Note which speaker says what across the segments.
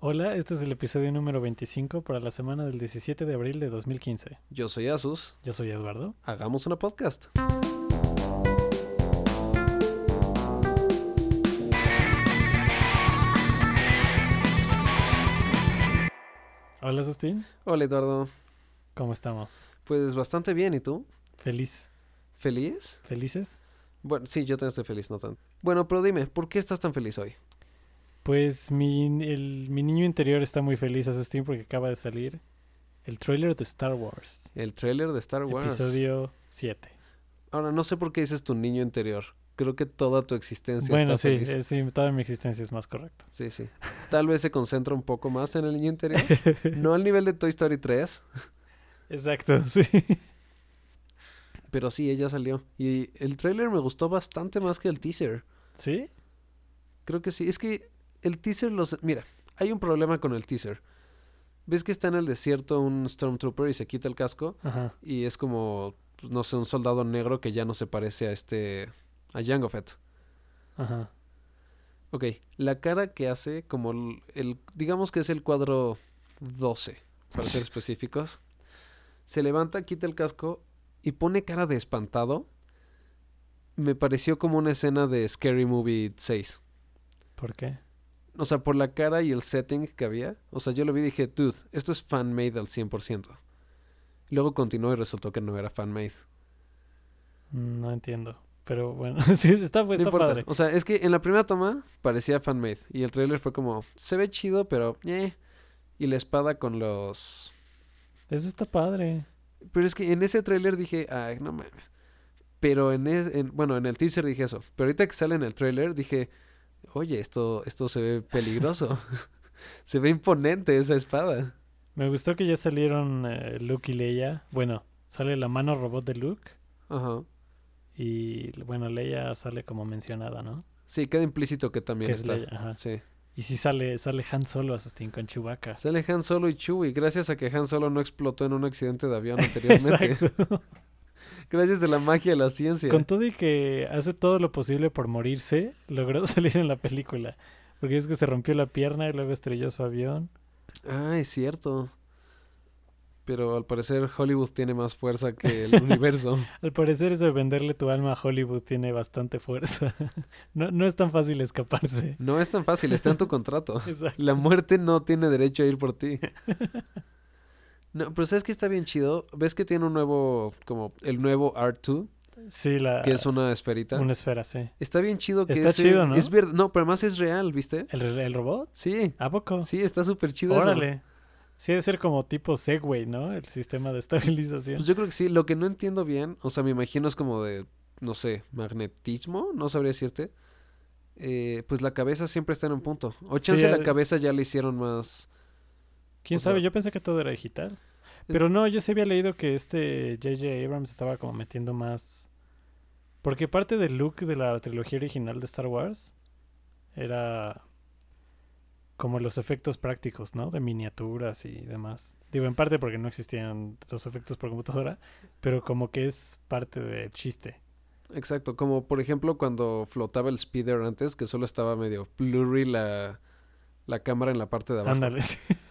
Speaker 1: Hola, este es el episodio número 25 para la semana del 17 de abril de 2015.
Speaker 2: Yo soy Asus.
Speaker 1: Yo soy Eduardo.
Speaker 2: Hagamos una podcast.
Speaker 1: Hola, Sustín.
Speaker 2: Hola Eduardo.
Speaker 1: ¿Cómo estamos?
Speaker 2: Pues bastante bien, ¿y tú?
Speaker 1: ¿Feliz?
Speaker 2: ¿Feliz?
Speaker 1: ¿Felices?
Speaker 2: Bueno, sí, yo también estoy feliz, no tanto. Bueno, pero dime, ¿por qué estás tan feliz hoy?
Speaker 1: Pues mi, el- mi niño interior está muy feliz, Asustín, porque acaba de salir el tráiler de Star Wars,
Speaker 2: El tráiler de Star Wars.
Speaker 1: episodio 7.
Speaker 2: Ahora, no sé por qué dices tu niño interior. Creo que toda tu existencia
Speaker 1: bueno,
Speaker 2: está
Speaker 1: sí,
Speaker 2: feliz.
Speaker 1: eh, sí, toda mi existencia es más correcto.
Speaker 2: Sí, sí. Tal vez se concentra un poco más en el niño interior. No al nivel de Toy Story 3,
Speaker 1: Exacto, sí.
Speaker 2: pero sí, ella salió. Y el tráiler me gustó bastante más que el teaser.
Speaker 1: ¿Sí?
Speaker 2: Creo que sí. Es que el teaser los... Mira, hay un problema con el teaser. ¿Ves que está en el desierto un Stormtrooper y se quita el casco?
Speaker 1: Ajá.
Speaker 2: Y es como, pues, no sé, un soldado negro que ya no se parece a este... A Jango Fett.
Speaker 1: Ajá.
Speaker 2: Ok, la cara que hace como el... el- digamos que es el cuadro 12, para ser específicos. Se levanta, quita el casco y pone cara de espantado. Me pareció como una escena de Scary Movie 6.
Speaker 1: ¿Por qué?
Speaker 2: O sea, por la cara y el setting que había. O sea, yo lo vi y dije, dude, esto es fan-made al 100%. Luego continuó y resultó que no era fan-made.
Speaker 1: Mm, No entiendo. Pero bueno, sí, está,
Speaker 2: No
Speaker 1: Pues está
Speaker 2: importa.
Speaker 1: padre.
Speaker 2: O sea, es que en la primera toma parecía fan-made. Y el trailer fue como, se ve chido, pero... Eh. Y la espada con los...
Speaker 1: Eso está padre.
Speaker 2: Pero es que en ese trailer dije, ay, no mames. Pero en, es- en- Bueno, en el teaser dije eso. Pero ahorita que sale en el trailer dije, oye, esto, esto se ve peligroso. se ve imponente esa espada.
Speaker 1: Me gustó que ya salieron eh, Luke y Leia. Bueno, sale la mano robot de Luke.
Speaker 2: Ajá.
Speaker 1: Y bueno, Leia sale como mencionada, ¿no?
Speaker 2: Sí, queda implícito que también
Speaker 1: Que es
Speaker 2: está.
Speaker 1: Leia, ajá.
Speaker 2: Sí.
Speaker 1: Y sí sale, sale Han Solo, Asustín, con Chewbacca.
Speaker 2: Sale Han Solo y Chewie, gracias a que Han Solo no explotó en un accidente de avión anteriormente.
Speaker 1: Exacto.
Speaker 2: gracias a la magia de la ciencia.
Speaker 1: Con todo y que hace todo lo posible por morirse, logró salir en la película. Porque es que se rompió la pierna y luego estrelló su avión.
Speaker 2: Ah, es cierto. Pero al parecer Hollywood tiene más fuerza que el universo.
Speaker 1: Al parecer eso de venderle tu alma a Hollywood tiene bastante fuerza. No, no es tan fácil escaparse.
Speaker 2: No es tan fácil, está en tu contrato.
Speaker 1: Exacto.
Speaker 2: La muerte no tiene derecho a ir por ti. No, pero ¿sabes que está bien chido? ¿Ves que tiene un nuevo, como el nuevo R2,
Speaker 1: Sí, la,
Speaker 2: que es una esferita?
Speaker 1: una esfera, sí.
Speaker 2: Está bien chido que
Speaker 1: Está
Speaker 2: ese-
Speaker 1: chido, ¿no?
Speaker 2: es verdad. No, pero además es real, ¿viste?
Speaker 1: ¿El, el robot?
Speaker 2: Sí.
Speaker 1: ¿A poco?
Speaker 2: Sí, está súper chido eso.
Speaker 1: Órale. Sí, debe ser como tipo Segway, ¿no? El sistema de estabilización.
Speaker 2: Pues yo creo que sí. Lo que no entiendo bien, o sea, me imagino es como de, no sé, magnetismo, no sabría decirte. Eh, pues la cabeza siempre está en un punto.
Speaker 1: Sí,
Speaker 2: O
Speaker 1: eh.
Speaker 2: chance la
Speaker 1: al-
Speaker 2: cabeza ya le hicieron más.
Speaker 1: ¿Quién
Speaker 2: o sea-
Speaker 1: sabe? Yo pensé que todo era digital. Pero no, yo sí había leído que este J.J. Abrams estaba como metiendo más. Porque parte del look de la trilogía original de Star Wars era como los efectos prácticos, ¿no? De miniaturas y demás. Digo, en parte porque no existían los efectos por computadora, pero como que es parte del chiste.
Speaker 2: Exacto, como por ejemplo cuando flotaba el speeder antes, que solo estaba medio blurry la, la cámara en la parte de abajo.
Speaker 1: Ándale, sí.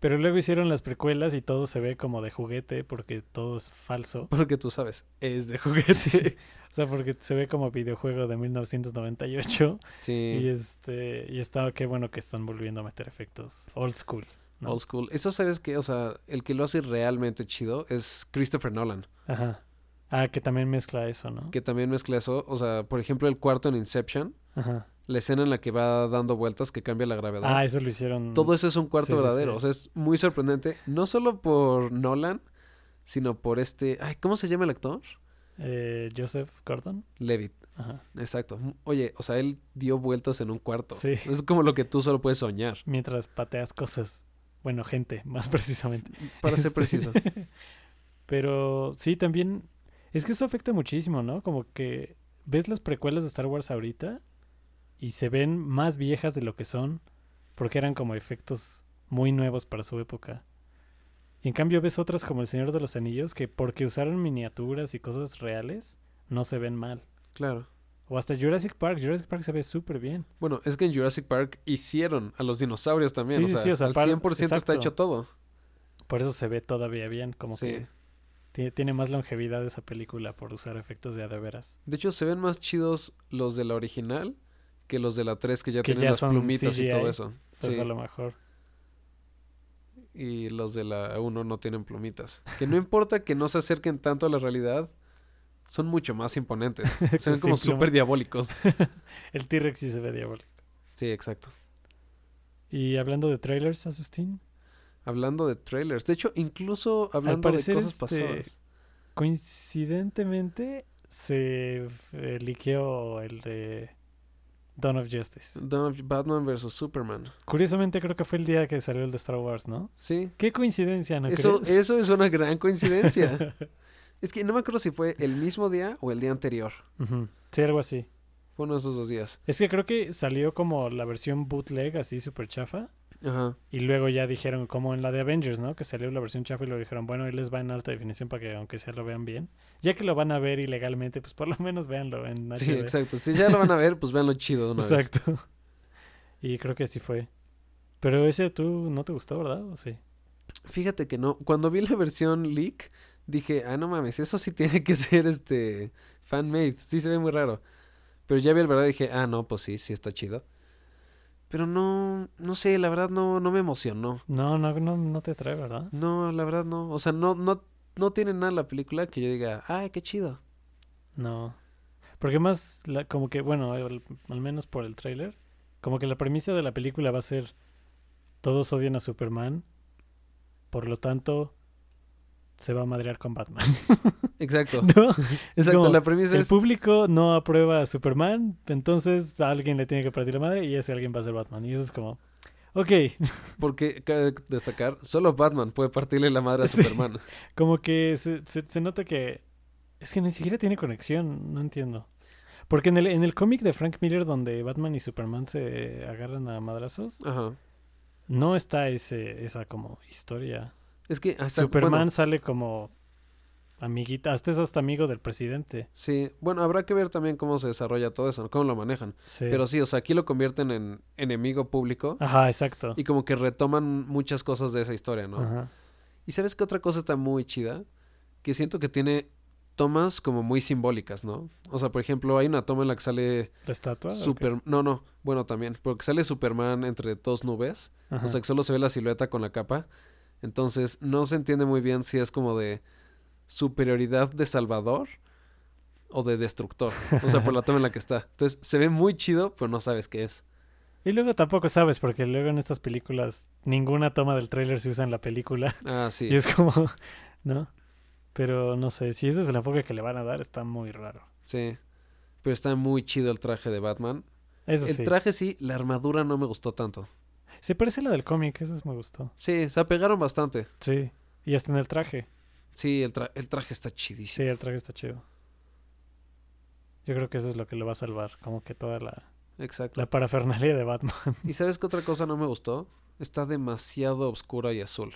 Speaker 1: Pero luego hicieron las precuelas y todo se ve como de juguete porque todo es falso.
Speaker 2: Porque tú sabes, es de juguete.
Speaker 1: Sí.
Speaker 2: Sí.
Speaker 1: O sea, porque se ve como videojuego de 1998 y este y está qué bueno que están volviendo a meter efectos old school. ¿no?
Speaker 2: Old school. Eso sabes que, o sea, el que lo hace realmente chido es Christopher Nolan.
Speaker 1: Ajá. Ah, que también mezcla eso, ¿no?
Speaker 2: que también mezcla eso. O sea, por ejemplo, el cuarto en Inception,
Speaker 1: Ajá.
Speaker 2: la escena en la que va dando vueltas que cambia la gravedad.
Speaker 1: Ah, eso lo hicieron.
Speaker 2: Todo eso es un cuarto
Speaker 1: Sí, sí,
Speaker 2: verdadero.
Speaker 1: sí.
Speaker 2: O sea, es muy sorprendente. No solo por Nolan, sino por este. Ay, ¿cómo se llama el actor?
Speaker 1: eh, Joseph Gordon.
Speaker 2: Levitt.
Speaker 1: Ajá.
Speaker 2: Exacto. Oye, o sea, él dio vueltas en un cuarto.
Speaker 1: Sí.
Speaker 2: Es como lo que tú solo puedes soñar,
Speaker 1: Mientras pateas cosas. Bueno, gente, más precisamente.
Speaker 2: para ser
Speaker 1: Este,
Speaker 2: preciso.
Speaker 1: Pero sí, también. Es que eso afecta muchísimo, ¿no? Como que ves las precuelas de Star Wars ahorita y se ven más viejas de lo que son porque eran como efectos muy nuevos para su época. Y en cambio ves otras como El Señor de los Anillos que porque usaron miniaturas y cosas reales no se ven mal.
Speaker 2: Claro.
Speaker 1: O hasta Jurassic Park. Jurassic Park se ve súper bien.
Speaker 2: Bueno, es que en Jurassic Park hicieron a los dinosaurios también.
Speaker 1: Sí,
Speaker 2: o,
Speaker 1: sí,
Speaker 2: sea,
Speaker 1: sí, o sea,
Speaker 2: al
Speaker 1: par-
Speaker 2: 100% está
Speaker 1: exacto.
Speaker 2: hecho todo.
Speaker 1: Por eso se ve todavía bien. Como
Speaker 2: Sí.
Speaker 1: que tiene, tiene más longevidad esa película por usar efectos de a de veras.
Speaker 2: De hecho, se ven más chidos los de la original que los de la 3 que ya
Speaker 1: Que
Speaker 2: tienen
Speaker 1: ya
Speaker 2: las
Speaker 1: son
Speaker 2: plumitas y todo
Speaker 1: CGI,
Speaker 2: eso.
Speaker 1: Entonces
Speaker 2: Sí.
Speaker 1: Pues a lo mejor.
Speaker 2: Y los de la 1 no tienen plumitas. Que no importa que no se acerquen tanto a la realidad, son mucho más imponentes. Se ven
Speaker 1: Sí,
Speaker 2: como
Speaker 1: pluma.
Speaker 2: súper diabólicos.
Speaker 1: El T-Rex sí se ve diabólico.
Speaker 2: Sí, exacto.
Speaker 1: Y hablando de trailers, Asustín,
Speaker 2: Hablando de trailers. De hecho, incluso hablando de
Speaker 1: parecer,
Speaker 2: cosas
Speaker 1: este,
Speaker 2: pasadas.
Speaker 1: coincidentemente se eh, liqueó el de Dawn of Justice.
Speaker 2: Dawn of- Batman vs. Superman.
Speaker 1: Curiosamente creo que fue el día que salió el de Star Wars, ¿no?
Speaker 2: Sí.
Speaker 1: Qué coincidencia, ¿no
Speaker 2: Eso,
Speaker 1: crees?
Speaker 2: eso es una gran coincidencia. es que no me acuerdo si fue el mismo día o el día anterior.
Speaker 1: Ujú, Sí, algo así.
Speaker 2: Fue uno de esos dos días.
Speaker 1: Es que creo que salió como la versión bootleg, así súper chafa.
Speaker 2: Ajá.
Speaker 1: Y luego ya dijeron, como en la de Avengers, ¿no? Que salió la versión chafa y lo dijeron, bueno, ahí les va en alta definición para que aunque sea lo vean bien. Ya que lo van a ver ilegalmente, pues por lo menos véanlo en
Speaker 2: Sí,
Speaker 1: HD.
Speaker 2: exacto. Si ya lo van a ver, pues véanlo chido de una vez.
Speaker 1: Exacto. Y creo que así fue. Pero ese tú no te gustó, ¿verdad? ¿O sí?
Speaker 2: Fíjate que no. Cuando vi la versión leak, dije, ah, no mames, eso sí tiene que ser este fan-made. Sí se ve muy raro. Pero ya vi el verdad y dije, ah, no, pues sí, sí está chido. Pero no, no sé, la verdad no, no me emocionó.
Speaker 1: No, no, no, no te trae, ¿verdad?
Speaker 2: No, la verdad no. O sea, no, no, no tiene nada la película que yo diga, ay, qué chido.
Speaker 1: No. Porque más, la- como que, bueno, al, al menos por el tráiler, como que la premisa de la película va a ser todos odian a Superman, por lo tanto se va a madrear con Batman.
Speaker 2: Exacto,
Speaker 1: ¿No?
Speaker 2: exacto.
Speaker 1: como
Speaker 2: la premisa
Speaker 1: El
Speaker 2: es,
Speaker 1: público no aprueba a Superman, entonces a alguien le tiene que partir la madre y ese alguien va a ser Batman. Y eso es como, ok,
Speaker 2: porque cabe destacar, solo Batman puede partirle la madre a
Speaker 1: Sí.
Speaker 2: Superman.
Speaker 1: como que se, se- se nota que es que ni siquiera tiene conexión, no entiendo. Porque en el, en el cómic de Frank Miller donde Batman y Superman se agarran a madrazos,
Speaker 2: Ajá.
Speaker 1: no está ese, esa como historia.
Speaker 2: Es que hasta,
Speaker 1: Superman
Speaker 2: bueno,
Speaker 1: sale como amiguita, hasta es hasta amigo del presidente.
Speaker 2: sí, bueno, habrá que ver también cómo se desarrolla todo eso, cómo lo manejan.
Speaker 1: Sí.
Speaker 2: Pero sí, o sea, aquí lo convierten en enemigo público
Speaker 1: Ajá, exacto.
Speaker 2: y como que retoman muchas cosas de esa historia, ¿no?
Speaker 1: Ajá.
Speaker 2: Y sabes que otra cosa está muy chida, que siento que tiene tomas como muy simbólicas, ¿no? O sea, por ejemplo, hay una toma en la que sale
Speaker 1: La estatua. ¿o qué?
Speaker 2: Super... No, no, bueno, también, porque sale Superman entre dos nubes.
Speaker 1: Ajá.
Speaker 2: O sea, que solo se ve la silueta con la capa. Entonces, no se entiende muy bien si es como de superioridad de salvador o de destructor. O sea, por la toma en la que está. Entonces, se ve muy chido, pero no sabes qué es.
Speaker 1: Y luego tampoco sabes, porque luego en estas películas ninguna toma del tráiler se usa en la película.
Speaker 2: Ah, sí.
Speaker 1: Y es como, ¿no? Pero no sé, si ese es el enfoque que le van a dar, está muy raro.
Speaker 2: Sí. Pero está muy chido el traje de Batman.
Speaker 1: Eso
Speaker 2: el
Speaker 1: sí.
Speaker 2: traje sí, la armadura no me gustó tanto.
Speaker 1: Se parece a la del cómic, eso me gustó.
Speaker 2: Sí, se apegaron bastante.
Speaker 1: Sí. Y hasta en el traje.
Speaker 2: Sí, el, tra- el traje está
Speaker 1: Sí,
Speaker 2: chidísimo.
Speaker 1: el traje está chido. Yo creo que eso es lo que lo va a salvar, como que toda la,
Speaker 2: Exacto.
Speaker 1: la parafernalia de Batman.
Speaker 2: ¿Y sabes qué otra cosa no me gustó? Está demasiado oscura y azul.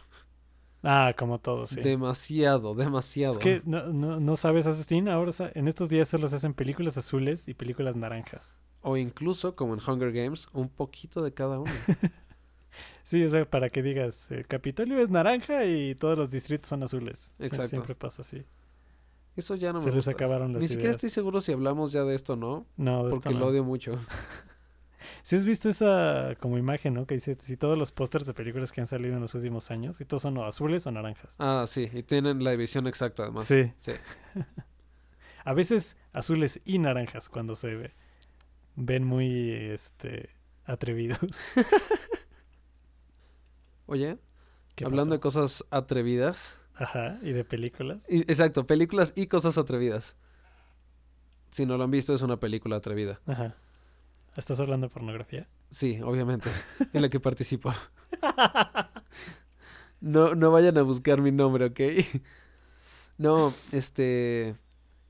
Speaker 1: Ah, como todo, sí.
Speaker 2: Demasiado, demasiado.
Speaker 1: Es que no, no, no sabes, Asustín, ahora sa- en estos días solo se hacen películas azules y películas naranjas.
Speaker 2: O incluso, como en Hunger Games, un poquito de cada uno.
Speaker 1: Sí, o sea, para que digas, eh, Capitolio es naranja y todos los distritos son azules. Sie-
Speaker 2: Exacto.
Speaker 1: Siempre pasa así.
Speaker 2: Eso ya no
Speaker 1: se
Speaker 2: me
Speaker 1: les
Speaker 2: gusta.
Speaker 1: acabaron las
Speaker 2: Ni siquiera
Speaker 1: ideas.
Speaker 2: estoy seguro si hablamos ya de esto, ¿no?
Speaker 1: No, de esto
Speaker 2: Porque
Speaker 1: no.
Speaker 2: lo odio mucho.
Speaker 1: Si has visto esa como imagen, ¿no? Que dice, si todos los pósters de películas que han salido en los últimos años, y todos son o azules o naranjas.
Speaker 2: Ah, sí, y tienen la división exacta además.
Speaker 1: Sí.
Speaker 2: Sí.
Speaker 1: A veces azules y naranjas cuando se ve- ven muy este atrevidos.
Speaker 2: Oye,
Speaker 1: ¿Qué
Speaker 2: hablando de
Speaker 1: pasó?
Speaker 2: cosas atrevidas.
Speaker 1: Ajá, y de películas.
Speaker 2: y- exacto, películas y cosas atrevidas. Si no lo han visto, es una película atrevida.
Speaker 1: Ajá. ¿Estás hablando de pornografía?
Speaker 2: Sí, obviamente, en la que participo. No, no vayan a buscar mi nombre, ¿ok? No, este...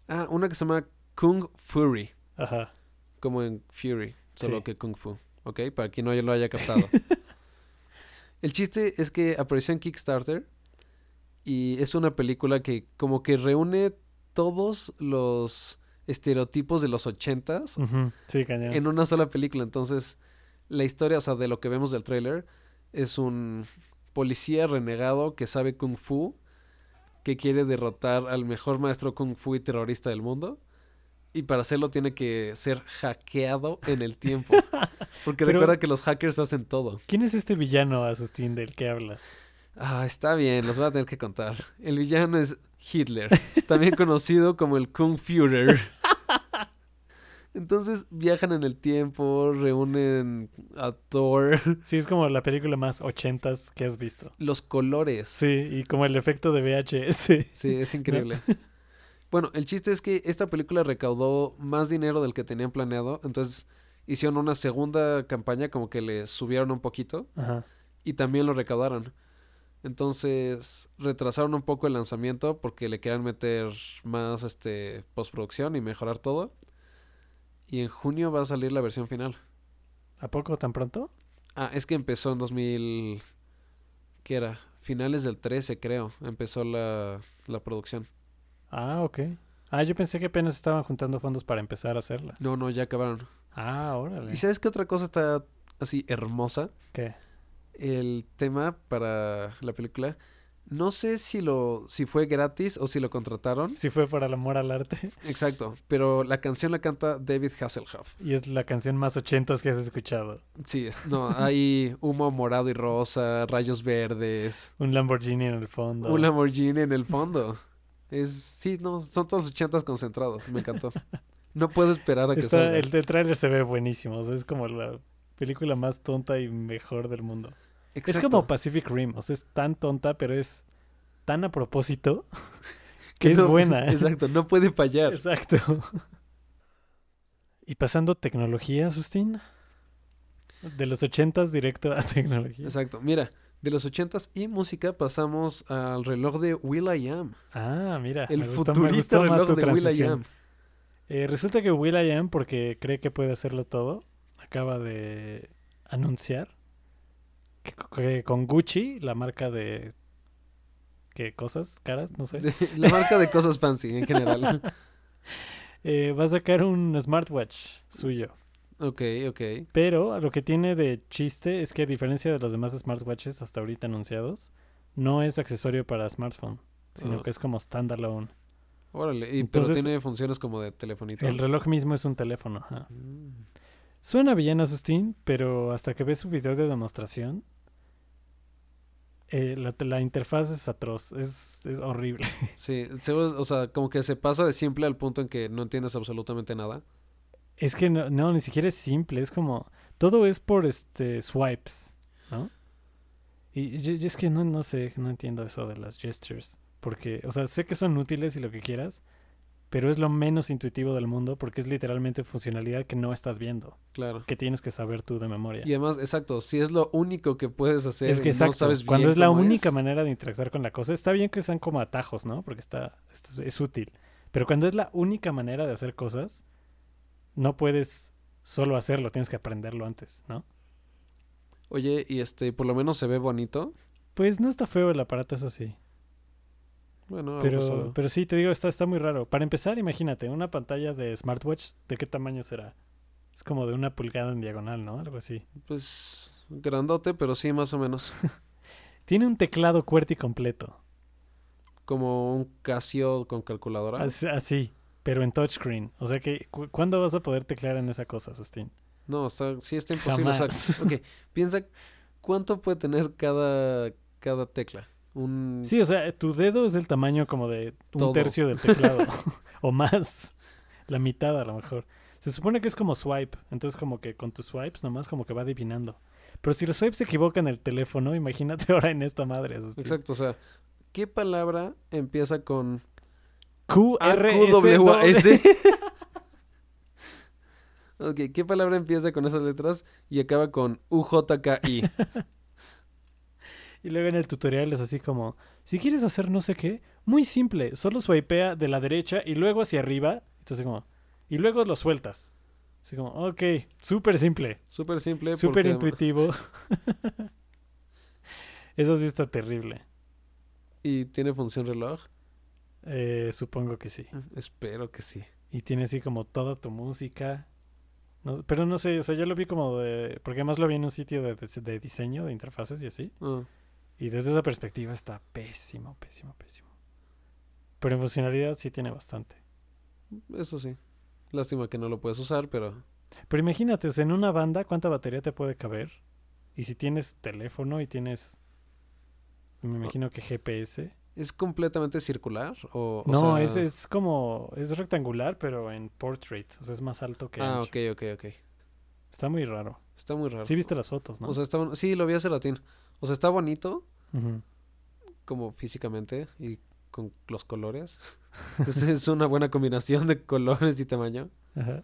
Speaker 2: Ah, una que se llama Kung Fury.
Speaker 1: Ajá.
Speaker 2: como en Fury, solo
Speaker 1: Sí.
Speaker 2: que Kung Fu, ¿ok? Para quien no lo haya captado. El chiste es que apareció en Kickstarter y es una película que como que reúne todos los estereotipos de los ochentas
Speaker 1: Ujú, Sí, cañón.
Speaker 2: en una sola película. Entonces, la historia, o sea, de lo que vemos del tráiler, es un policía renegado que sabe kung fu, que quiere derrotar al mejor maestro kung fu y terrorista del mundo. Y para hacerlo tiene que ser hackeado en el tiempo. Porque
Speaker 1: Pero-
Speaker 2: recuerda que los hackers hacen todo.
Speaker 1: ¿Quién es este villano, Asustín, del que hablas?
Speaker 2: Ah, está bien, los voy a tener que contar. El villano es Hitler, también conocido como el Kung Führer. Entonces viajan en el tiempo, reúnen a Thor,
Speaker 1: Sí, es como la película más ochentas que has visto.
Speaker 2: los colores.
Speaker 1: Sí, y como el efecto de VHS.
Speaker 2: Sí, es increíble. Bueno, el chiste es que esta película recaudó más dinero del que tenían planeado, entonces hicieron una segunda campaña como que le subieron un poquito.
Speaker 1: Ajá.
Speaker 2: y también lo recaudaron. Entonces retrasaron un poco el lanzamiento porque le querían meter más este postproducción y mejorar todo. Y en junio va a salir la versión final.
Speaker 1: ¿A poco tan pronto?
Speaker 2: Ah, es que empezó en 2000 ¿qué era? Finales del 13, creo, empezó la, la producción.
Speaker 1: Ah, ok. Ah, yo pensé que apenas estaban juntando fondos para empezar a hacerla.
Speaker 2: No, no, ya acabaron.
Speaker 1: Ah, órale.
Speaker 2: ¿Y sabes qué otra cosa está así hermosa?
Speaker 1: ¿Qué?
Speaker 2: el tema para la película. No sé si lo si fue gratis o si lo contrataron.
Speaker 1: Si fue para el amor al arte.
Speaker 2: Exacto, pero la canción la canta David Hasselhoff.
Speaker 1: Y es la canción más ochentas que has escuchado.
Speaker 2: Sí, es- no, hay humo morado y rosa, rayos verdes,
Speaker 1: Un Lamborghini en el fondo.
Speaker 2: un Lamborghini en el fondo. Es, sí, no, son todos ochentas concentrados, me encantó. No puedo esperar a que
Speaker 1: Está-
Speaker 2: salga.
Speaker 1: el, el tráiler se ve buenísimo. o sea, es como la película más tonta y mejor del mundo. Es como
Speaker 2: Exacto.
Speaker 1: Pacific Rim. O sea, es tan tonta, pero es tan a propósito que
Speaker 2: Que
Speaker 1: es
Speaker 2: no-
Speaker 1: buena.
Speaker 2: Exacto, no puede fallar.
Speaker 1: Exacto. Y pasando tecnología, Sustin. De los ochentas directo a tecnología.
Speaker 2: Exacto, mira, de los ochentas y música pasamos al reloj de Will I Am.
Speaker 1: Ah, mira.
Speaker 2: El
Speaker 1: me gustó- me
Speaker 2: futurista
Speaker 1: gustó más tu
Speaker 2: reloj de Will I
Speaker 1: transición.
Speaker 2: Am.
Speaker 1: Eh, resulta que Will.i.am, porque cree que puede hacerlo todo, acaba de anunciar que, que con Gucci, la marca de... ¿Qué cosas? ¿Caras? No sé.
Speaker 2: La marca de cosas fancy en general.
Speaker 1: Eh, va a sacar un smartwatch suyo.
Speaker 2: ok, ok.
Speaker 1: Pero lo que tiene de chiste es que a diferencia de los demás smartwatches hasta ahorita anunciados, no es accesorio para smartphone, sino
Speaker 2: Ah.
Speaker 1: que es como standalone.
Speaker 2: Órale, y, pero
Speaker 1: Entonces-
Speaker 2: tiene funciones como de telefonito.
Speaker 1: El reloj mismo es un teléfono. ajá.
Speaker 2: Mm.
Speaker 1: Suena bien, Asustín, pero hasta que ves su video de demostración, eh, la, la interfaz es atroz, es, es horrible.
Speaker 2: Sí, seguro, o sea, como que se pasa de simple al punto en que no entiendes absolutamente nada.
Speaker 1: Es que no, no, ni siquiera es simple, es como, todo es por este swipes, ¿no? Y yo, yo es que no, no sé, no entiendo eso de las gestures, porque, o sea, sé que son útiles y lo que quieras, pero es lo menos intuitivo del mundo porque es literalmente funcionalidad que no estás viendo,
Speaker 2: Claro.
Speaker 1: que tienes que saber tú de memoria.
Speaker 2: Y además, exacto, si es lo único que puedes hacer,
Speaker 1: Es que
Speaker 2: y
Speaker 1: exacto,
Speaker 2: no sabes bien
Speaker 1: cuando es la
Speaker 2: cómo
Speaker 1: única
Speaker 2: es,
Speaker 1: manera de interactuar con la cosa, está bien que sean como atajos, ¿no? Porque está, está- es útil. Pero cuando es la única manera de hacer cosas, no puedes solo hacerlo, tienes que aprenderlo antes, ¿no?
Speaker 2: Oye, y este, por lo menos se ve bonito.
Speaker 1: Pues no está feo el aparato, eso sí.
Speaker 2: Bueno, algo
Speaker 1: Pero,
Speaker 2: solo.
Speaker 1: pero sí, te digo, está, está muy raro. Para empezar, imagínate, una pantalla de smartwatch, ¿de qué tamaño será? Es como de una pulgada en diagonal, ¿no? Algo así.
Speaker 2: pues grandote, pero sí, más o menos.
Speaker 1: Tiene un teclado QWERTY completo.
Speaker 2: Como un Casio con calculadora.
Speaker 1: Así, así, pero en touchscreen. O sea que, cu- ¿cuándo vas a poder teclear en esa cosa, Sustín?
Speaker 2: No, está, sí está imposible. o sea,
Speaker 1: Jamás.
Speaker 2: ok, piensa cuánto puede tener cada, cada tecla. Un,
Speaker 1: Sí, o sea, tu dedo es del tamaño como de un
Speaker 2: Todo.
Speaker 1: tercio del teclado o más, la mitad a lo mejor. Se supone que es como swipe, entonces como que con tus swipes nomás como que va adivinando. Pero si los swipes se equivocan en el teléfono, imagínate ahora en esta madre. Asustín.
Speaker 2: Exacto, o sea, ¿qué palabra empieza con
Speaker 1: Q R S doble-
Speaker 2: AQWAS? ok, ¿qué palabra empieza con esas letras y acaba con UJKI?
Speaker 1: Y luego en el tutorial es así como, si quieres hacer no sé qué, muy simple, solo swipea de la derecha y luego hacia arriba, entonces como, y luego lo sueltas. Así como, ok, súper simple.
Speaker 2: Súper simple.
Speaker 1: Súper
Speaker 2: porque-
Speaker 1: intuitivo. Eso sí está terrible.
Speaker 2: ¿Y tiene función reloj?
Speaker 1: Eh, supongo que sí.
Speaker 2: Espero que sí.
Speaker 1: y tiene así como toda tu música. No- pero no sé, o sea, yo lo vi como de... Porque además lo vi en un sitio de, de- de diseño, de interfaces y así.
Speaker 2: Ah,
Speaker 1: Y desde esa perspectiva está pésimo, pésimo, pésimo. Pero en funcionalidad sí tiene bastante.
Speaker 2: eso sí. Lástima que no lo puedes usar, pero
Speaker 1: Pero imagínate, o sea, en una banda, ¿cuánta batería te puede caber? Y si tienes teléfono y tienes... Me imagino que GPS.
Speaker 2: ¿es completamente circular? O, o
Speaker 1: no,
Speaker 2: sea-
Speaker 1: es, es como... Es rectangular, pero en portrait. O sea, es más alto que
Speaker 2: Ah,
Speaker 1: ancho.
Speaker 2: ok, ok, ok.
Speaker 1: Está muy raro.
Speaker 2: Está muy raro.
Speaker 1: Sí viste las fotos, ¿no?
Speaker 2: O sea, está bon- sí, lo vi hace ratín. O sea, está bonito,
Speaker 1: Ujú.
Speaker 2: como físicamente y con los colores. es, es una buena combinación de colores y tamaño.
Speaker 1: Ajá.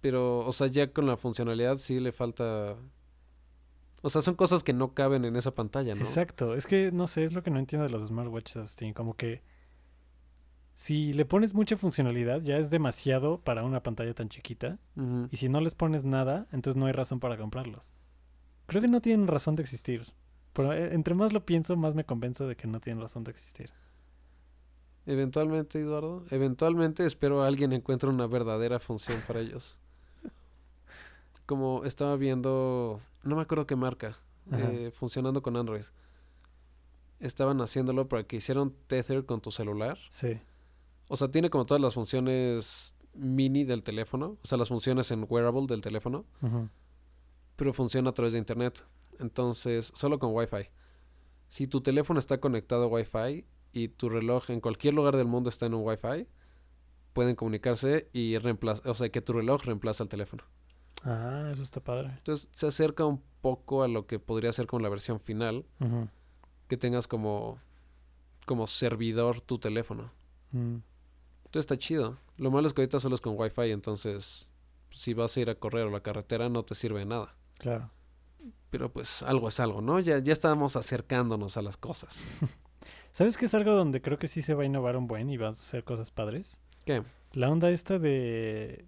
Speaker 2: Pero, o sea, ya con la funcionalidad sí le falta. O sea, son cosas que no caben en esa pantalla, ¿no?
Speaker 1: Exacto, es que no sé, es lo que no entiendo de los smartwatches, Austin, como que si le pones mucha funcionalidad ya es demasiado para una pantalla tan chiquita
Speaker 2: Ujú.
Speaker 1: y si no les pones nada, entonces no hay razón para comprarlos. Creo que no tienen razón de existir, pero eh, entre más lo pienso, más me convenzo de que no tienen razón de existir.
Speaker 2: Eventualmente, Eduardo, eventualmente espero alguien encuentre una verdadera función para ellos. Como estaba viendo, no me acuerdo qué marca,
Speaker 1: Ajá.
Speaker 2: eh, funcionando con Android. Estaban haciéndolo para que hicieron Tether con tu celular.
Speaker 1: Sí,
Speaker 2: O sea, tiene como todas las funciones mini del teléfono, o sea, las funciones en wearable del teléfono,
Speaker 1: ujú,
Speaker 2: pero funciona a través de internet. Entonces, solo con Wi-Fi. Si tu teléfono está conectado a Wi-Fi y tu reloj en cualquier lugar del mundo está en un Wi-Fi, pueden comunicarse y reemplazar, o sea, que tu reloj reemplaza al teléfono.
Speaker 1: Ah, eso está padre.
Speaker 2: Entonces, se acerca un poco a lo que podría ser como la versión final,
Speaker 1: Ujú,
Speaker 2: que tengas como como servidor tu teléfono.
Speaker 1: mm.
Speaker 2: Entonces está chido. Lo malo es que ahorita solo es con Wi-Fi, entonces si vas a ir a correr o la carretera no te sirve de nada.
Speaker 1: Claro.
Speaker 2: Pero pues algo es algo, ¿no? Ya, ya estábamos acercándonos a las cosas.
Speaker 1: ¿Sabes qué es algo donde creo que sí se va a innovar un buen y va a hacer cosas padres?
Speaker 2: ¿Qué?
Speaker 1: La onda esta de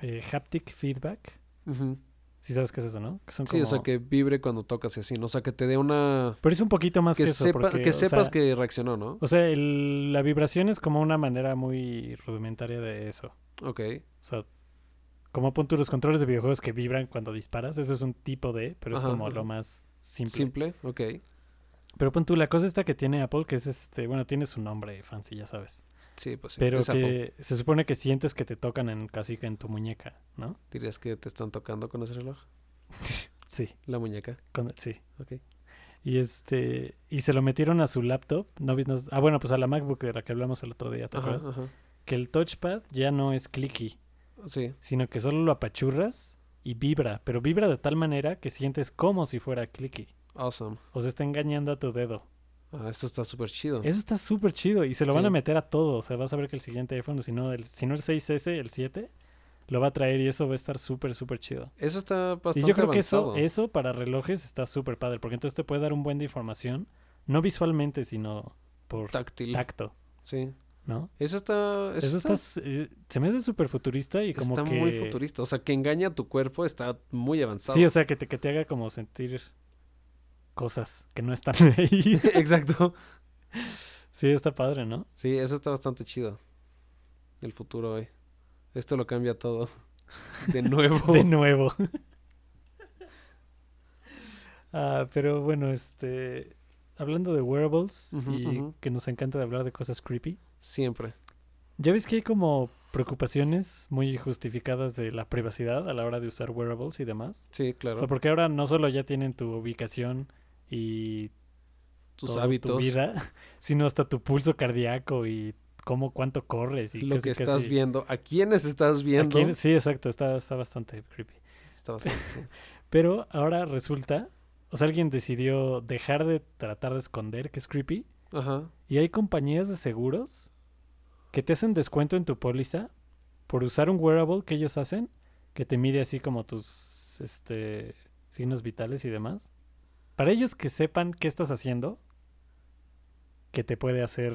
Speaker 1: eh, haptic feedback.
Speaker 2: Ujú.
Speaker 1: Sí sabes qué es eso, ¿no? Que son
Speaker 2: Sí, o sea,
Speaker 1: como-
Speaker 2: que vibre cuando tocas y así, ¿no? O sea, que te dé una...
Speaker 1: Pero es un poquito más que,
Speaker 2: Que,
Speaker 1: eso.
Speaker 2: sepa-
Speaker 1: porque,
Speaker 2: que
Speaker 1: o
Speaker 2: sepas
Speaker 1: sea,
Speaker 2: que reaccionó, ¿no?
Speaker 1: O sea, el- la vibración es como una manera muy rudimentaria de eso.
Speaker 2: Ok.
Speaker 1: O sea, como pon tú los controles de videojuegos que vibran cuando disparas. Eso es un tipo de, pero es
Speaker 2: Ajá,
Speaker 1: como
Speaker 2: ajá.
Speaker 1: lo más simple.
Speaker 2: Simple, ok.
Speaker 1: Pero pon tú la cosa esta que tiene Apple, que es este... Bueno, tiene su nombre fancy, ya sabes.
Speaker 2: Sí, pues sí.
Speaker 1: pero
Speaker 2: es Apple.
Speaker 1: que se supone que sientes que te tocan en casi que en tu muñeca, ¿no?
Speaker 2: ¿Dirías que te están tocando con ese reloj?
Speaker 1: Sí,
Speaker 2: La muñeca.
Speaker 1: con- sí.
Speaker 2: Ok.
Speaker 1: Y este, y se lo metieron a su laptop, no, vi- nos- ah bueno, pues a la MacBook de la que hablamos el otro día, ¿te
Speaker 2: Ajá,
Speaker 1: acuerdas?
Speaker 2: ajá.
Speaker 1: Que el touchpad ya no es clicky,
Speaker 2: Sí.
Speaker 1: sino que solo lo apachurras y vibra, pero vibra de tal manera que sientes como si fuera clicky.
Speaker 2: Awesome.
Speaker 1: O sea, está engañando a tu dedo.
Speaker 2: Ah, eso está súper chido.
Speaker 1: Eso está súper chido y se lo van
Speaker 2: Sí.
Speaker 1: a meter a todo. O sea, vas a ver que el siguiente iPhone, si no el, si no el 6S, el 7, lo va a traer y eso va a estar súper, súper chido.
Speaker 2: Eso está bastante
Speaker 1: Y yo creo que
Speaker 2: avanzado.
Speaker 1: eso, eso para relojes está súper padre, porque entonces te puede dar un buen de información, no visualmente, sino por
Speaker 2: Táctil.
Speaker 1: tacto,
Speaker 2: sí.
Speaker 1: ¿no?
Speaker 2: Eso está...
Speaker 1: Eso está, eh, se me hace súper futurista y como
Speaker 2: está
Speaker 1: que...
Speaker 2: muy futurista. O sea, que engaña a tu cuerpo está muy avanzado.
Speaker 1: Sí, o sea, que te, que te haga como sentir cosas que no están ahí.
Speaker 2: Exacto.
Speaker 1: sí, está padre, ¿no?
Speaker 2: Sí, eso está bastante chido. El futuro hoy. Esto lo cambia todo. De nuevo.
Speaker 1: De nuevo. Ah, pero bueno, este... Hablando de wearables
Speaker 2: Ujú,
Speaker 1: y
Speaker 2: ujú.
Speaker 1: que nos encanta de hablar de cosas creepy.
Speaker 2: Siempre.
Speaker 1: Ya ves que hay como preocupaciones muy justificadas de la privacidad a la hora de usar wearables y demás.
Speaker 2: Sí,
Speaker 1: O
Speaker 2: claro.
Speaker 1: sea, porque ahora no solo ya tienen tu ubicación y
Speaker 2: Tus
Speaker 1: todo
Speaker 2: hábitos.
Speaker 1: tu vida, sino hasta tu pulso cardíaco y cómo cuánto corres y
Speaker 2: lo
Speaker 1: casi,
Speaker 2: que estás
Speaker 1: casi-
Speaker 2: viendo. A quiénes estás
Speaker 1: ¿A
Speaker 2: viendo.
Speaker 1: quién- Sí, exacto, está, está bastante creepy.
Speaker 2: Está bastante, sí.
Speaker 1: Pero ahora resulta, o sea, alguien decidió dejar de tratar de esconder que es creepy
Speaker 2: Ajá.
Speaker 1: Y hay compañías de seguros que te hacen descuento en tu póliza por usar un wearable que ellos hacen, que te mide así como tus este, signos vitales y demás. Para ellos que sepan qué estás haciendo, que te puede hacer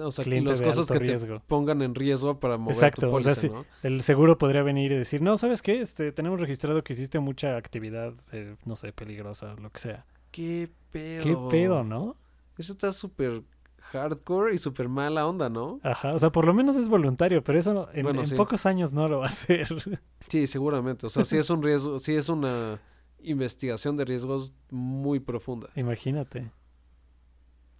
Speaker 2: O sea, que
Speaker 1: cliente
Speaker 2: las
Speaker 1: de
Speaker 2: cosas
Speaker 1: alto
Speaker 2: que te
Speaker 1: riesgo.
Speaker 2: pongan en riesgo para mover
Speaker 1: Exacto,
Speaker 2: tu
Speaker 1: o sea,
Speaker 2: póliza,
Speaker 1: sí.
Speaker 2: ¿no?
Speaker 1: El seguro podría venir y decir, no, ¿sabes qué? Este, tenemos registrado que hiciste mucha actividad, eh, no sé, peligrosa, lo que sea.
Speaker 2: ¿Qué pedo?
Speaker 1: ¿Qué pedo, no?
Speaker 2: Eso está súper hardcore y súper mala onda, ¿no?
Speaker 1: Ajá, o sea, por lo menos es voluntario, pero eso no- en,
Speaker 2: Bueno,
Speaker 1: en
Speaker 2: sí.
Speaker 1: pocos años no lo va a hacer.
Speaker 2: Sí, seguramente. O sea, sí es un riesgo, sí es una investigación de riesgos muy profunda.
Speaker 1: Imagínate.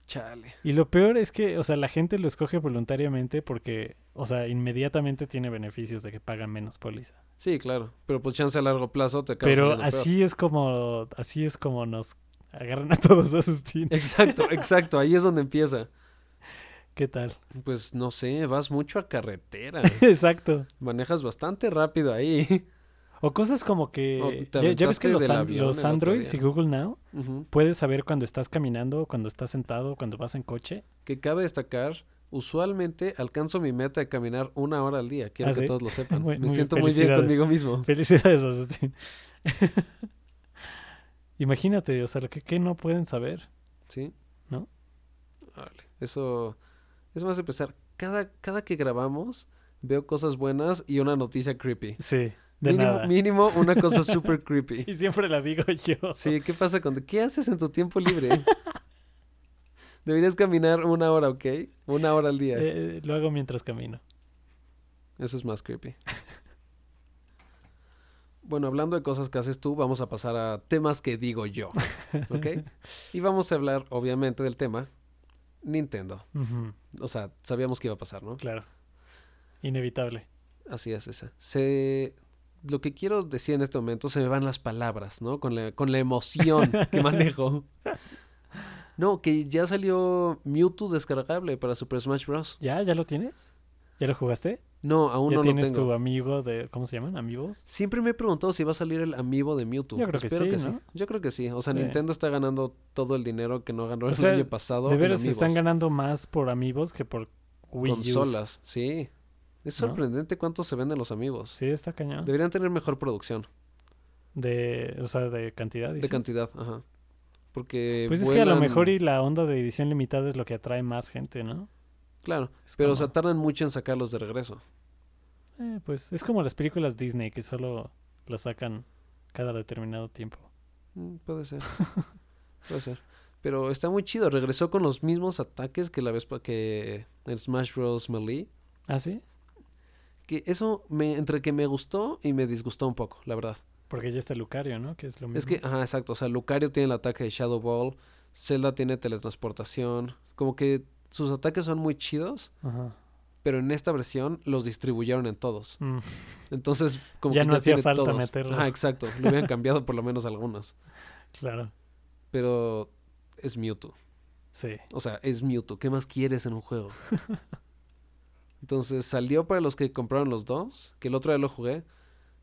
Speaker 2: Chale.
Speaker 1: Y lo peor es que, o sea, la gente lo escoge voluntariamente porque, o sea, inmediatamente tiene beneficios de que pagan menos póliza.
Speaker 2: Sí, claro. Pero pues chance a largo plazo te acabas
Speaker 1: Pero
Speaker 2: saliendo peor.
Speaker 1: así es como, así es como nos agarran a todos a Sustín.
Speaker 2: Exacto, exacto. Ahí es donde empieza.
Speaker 1: ¿Qué tal?
Speaker 2: Pues no sé, vas mucho a carretera.
Speaker 1: Exacto.
Speaker 2: Manejas bastante rápido ahí.
Speaker 1: O cosas como que
Speaker 2: O te
Speaker 1: ya- ya, ves
Speaker 2: aventaste
Speaker 1: que los,
Speaker 2: del
Speaker 1: an-
Speaker 2: avión
Speaker 1: los
Speaker 2: el otro
Speaker 1: Androids y
Speaker 2: día.
Speaker 1: Google Now
Speaker 2: Ujú.
Speaker 1: puedes saber cuando estás caminando, cuando estás sentado, cuando vas en coche.
Speaker 2: Que cabe destacar, usualmente alcanzo mi meta de caminar una hora al día. Quiero
Speaker 1: Ah,
Speaker 2: que
Speaker 1: ¿sí?
Speaker 2: todos lo sepan.
Speaker 1: Muy-
Speaker 2: Me
Speaker 1: muy bien,
Speaker 2: siento muy bien
Speaker 1: felicidades.
Speaker 2: conmigo mismo.
Speaker 1: Felicidades, Asustín. Imagínate, o sea, lo que, que no pueden saber.
Speaker 2: ¿Sí?
Speaker 1: ¿No?
Speaker 2: Órale, Eso, eso me hace pensar. Cada, cada que grabamos, veo cosas buenas y una noticia creepy.
Speaker 1: Sí, de
Speaker 2: mínimo,
Speaker 1: nada.
Speaker 2: mínimo una cosa súper creepy.
Speaker 1: Y siempre la digo yo.
Speaker 2: Sí, ¿qué pasa cuando... ¿Qué haces en tu tiempo libre? Deberías caminar una hora, ¿ok? Una hora al día.
Speaker 1: Eh, lo hago mientras camino.
Speaker 2: Eso es más creepy. Bueno, hablando de cosas que haces tú, vamos a pasar a temas que digo yo, ¿ok? Y vamos a hablar, obviamente, del tema Nintendo.
Speaker 1: Ujú,
Speaker 2: O sea, sabíamos que iba a pasar, ¿no?
Speaker 1: claro. Inevitable.
Speaker 2: Así es, esa. Se... Lo que quiero decir en este momento se me van las palabras, ¿no? Con la, con la emoción que manejo. No, que ya salió Mewtwo descargable para Super Smash Bros.
Speaker 1: ¿Ya? ¿Ya lo tienes? ¿Ya lo jugaste?
Speaker 2: No, aún
Speaker 1: ¿Ya
Speaker 2: no lo
Speaker 1: tienes tu
Speaker 2: tengo.
Speaker 1: amigo de... ¿Cómo se llaman? ¿Amigos?
Speaker 2: Siempre me he preguntado si va a salir el amiibo de Mewtwo.
Speaker 1: Yo creo que
Speaker 2: Espero
Speaker 1: sí,
Speaker 2: que
Speaker 1: ¿no?
Speaker 2: Yo creo que sí. O sea,
Speaker 1: Sí.
Speaker 2: Nintendo está ganando todo el dinero que no ganó
Speaker 1: O
Speaker 2: el
Speaker 1: sea,
Speaker 2: año pasado
Speaker 1: De
Speaker 2: en
Speaker 1: veras se están
Speaker 2: amiibos.
Speaker 1: ganando más por amigos que por Wii Us.
Speaker 2: consolas, sí. Es
Speaker 1: ¿No?
Speaker 2: sorprendente cuánto se venden los amigos.
Speaker 1: Sí, está cañón. De,
Speaker 2: Deberían tener mejor producción.
Speaker 1: o sea, de cantidad.
Speaker 2: De
Speaker 1: dices.
Speaker 2: cantidad, ajá. Porque.
Speaker 1: Pues es que a lo
Speaker 2: vuelan-
Speaker 1: mejor y la onda de edición limitada es lo que atrae más gente, ¿no?
Speaker 2: Claro,
Speaker 1: Es
Speaker 2: pero
Speaker 1: como-
Speaker 2: se tardan mucho en sacarlos de regreso.
Speaker 1: eh, pues es como las películas Disney que solo las sacan cada determinado tiempo.
Speaker 2: Mm, puede ser. puede ser. Pero está muy chido. Regresó con los mismos ataques que la vez pa- que el Smash Bros. Melee.
Speaker 1: ¿Ah, sí?
Speaker 2: Que eso me, entre que me gustó y me disgustó un poco, la verdad.
Speaker 1: Porque ya está Lucario, ¿no? Que es lo mismo.
Speaker 2: Es que, ajá, exacto. O sea, Lucario tiene el ataque de Shadow Ball. Zelda tiene teletransportación. Como que sus ataques son muy chidos.
Speaker 1: Ajá.
Speaker 2: Pero en esta versión los distribuyeron en todos.
Speaker 1: Mm,
Speaker 2: Entonces, como
Speaker 1: Ya
Speaker 2: que
Speaker 1: no hacía
Speaker 2: tiene
Speaker 1: falta
Speaker 2: todos.
Speaker 1: meterlo.
Speaker 2: Ah, exacto. Lo hubieran cambiado por lo menos algunos.
Speaker 1: claro,
Speaker 2: Pero es Mewtwo.
Speaker 1: sí.
Speaker 2: O sea, es Mewtwo. ¿Qué más quieres en un juego? Entonces salió para los que compraron los dos, que el otro día lo jugué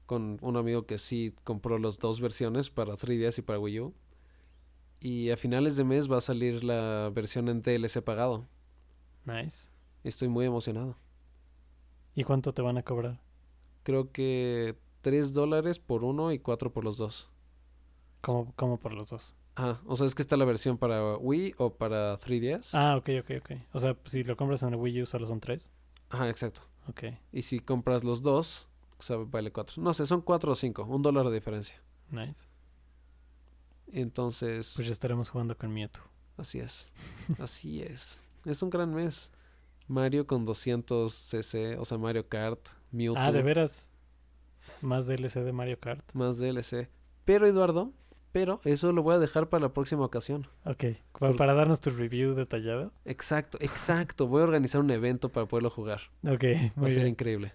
Speaker 2: con un amigo que sí compró las dos versiones para 3DS y para Wii U. Y a finales de mes va a salir la versión en DLC pagado.
Speaker 1: Nice.
Speaker 2: Estoy muy emocionado.
Speaker 1: ¿Y cuánto te van a cobrar?
Speaker 2: Creo que 3 dólares por uno y 4 por los dos.
Speaker 1: Como, como por los dos.
Speaker 2: Ajá, o sea, es que está la versión para Wii o para 3DS.
Speaker 1: Ah, ok, ok, ok. O sea, si lo compras en el Wii U solo son tres.
Speaker 2: Ajá, exacto.
Speaker 1: Ok.
Speaker 2: Y si compras los dos, o sea, vale 4. No sé, son 4 o 5, un dólar de diferencia.
Speaker 1: Nice.
Speaker 2: Entonces,
Speaker 1: Pues ya estaremos jugando con Mewtwo.
Speaker 2: así es. Así es. Es un gran mes. Mario con 200 CC, o sea, Mario Kart, Mewtwo,
Speaker 1: Ah, de veras. Más DLC de Mario Kart.
Speaker 2: más DLC. Pero Eduardo, pero eso lo voy a dejar para la próxima ocasión.
Speaker 1: Ok. pa- Para, darnos tu review detallado.
Speaker 2: Exacto, exacto. Voy a organizar un evento para poderlo jugar.
Speaker 1: Ok,
Speaker 2: Va a
Speaker 1: muy
Speaker 2: ser
Speaker 1: bien.
Speaker 2: increíble.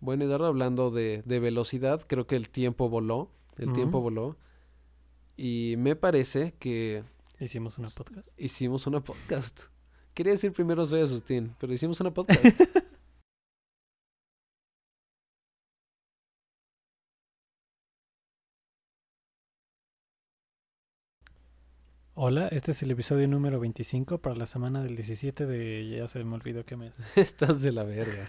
Speaker 2: bueno, Eduardo, hablando de, de velocidad, creo que el tiempo voló. El
Speaker 1: Ujú.
Speaker 2: tiempo voló. Y me parece que
Speaker 1: Hicimos una podcast.
Speaker 2: hicimos una podcast. Quería decir primero soy Asustín, pero hicimos una podcast.
Speaker 1: Hola, este es el episodio número 25 para la semana del 17 de... Ya se me olvidó qué mes.
Speaker 2: Estás de la verga.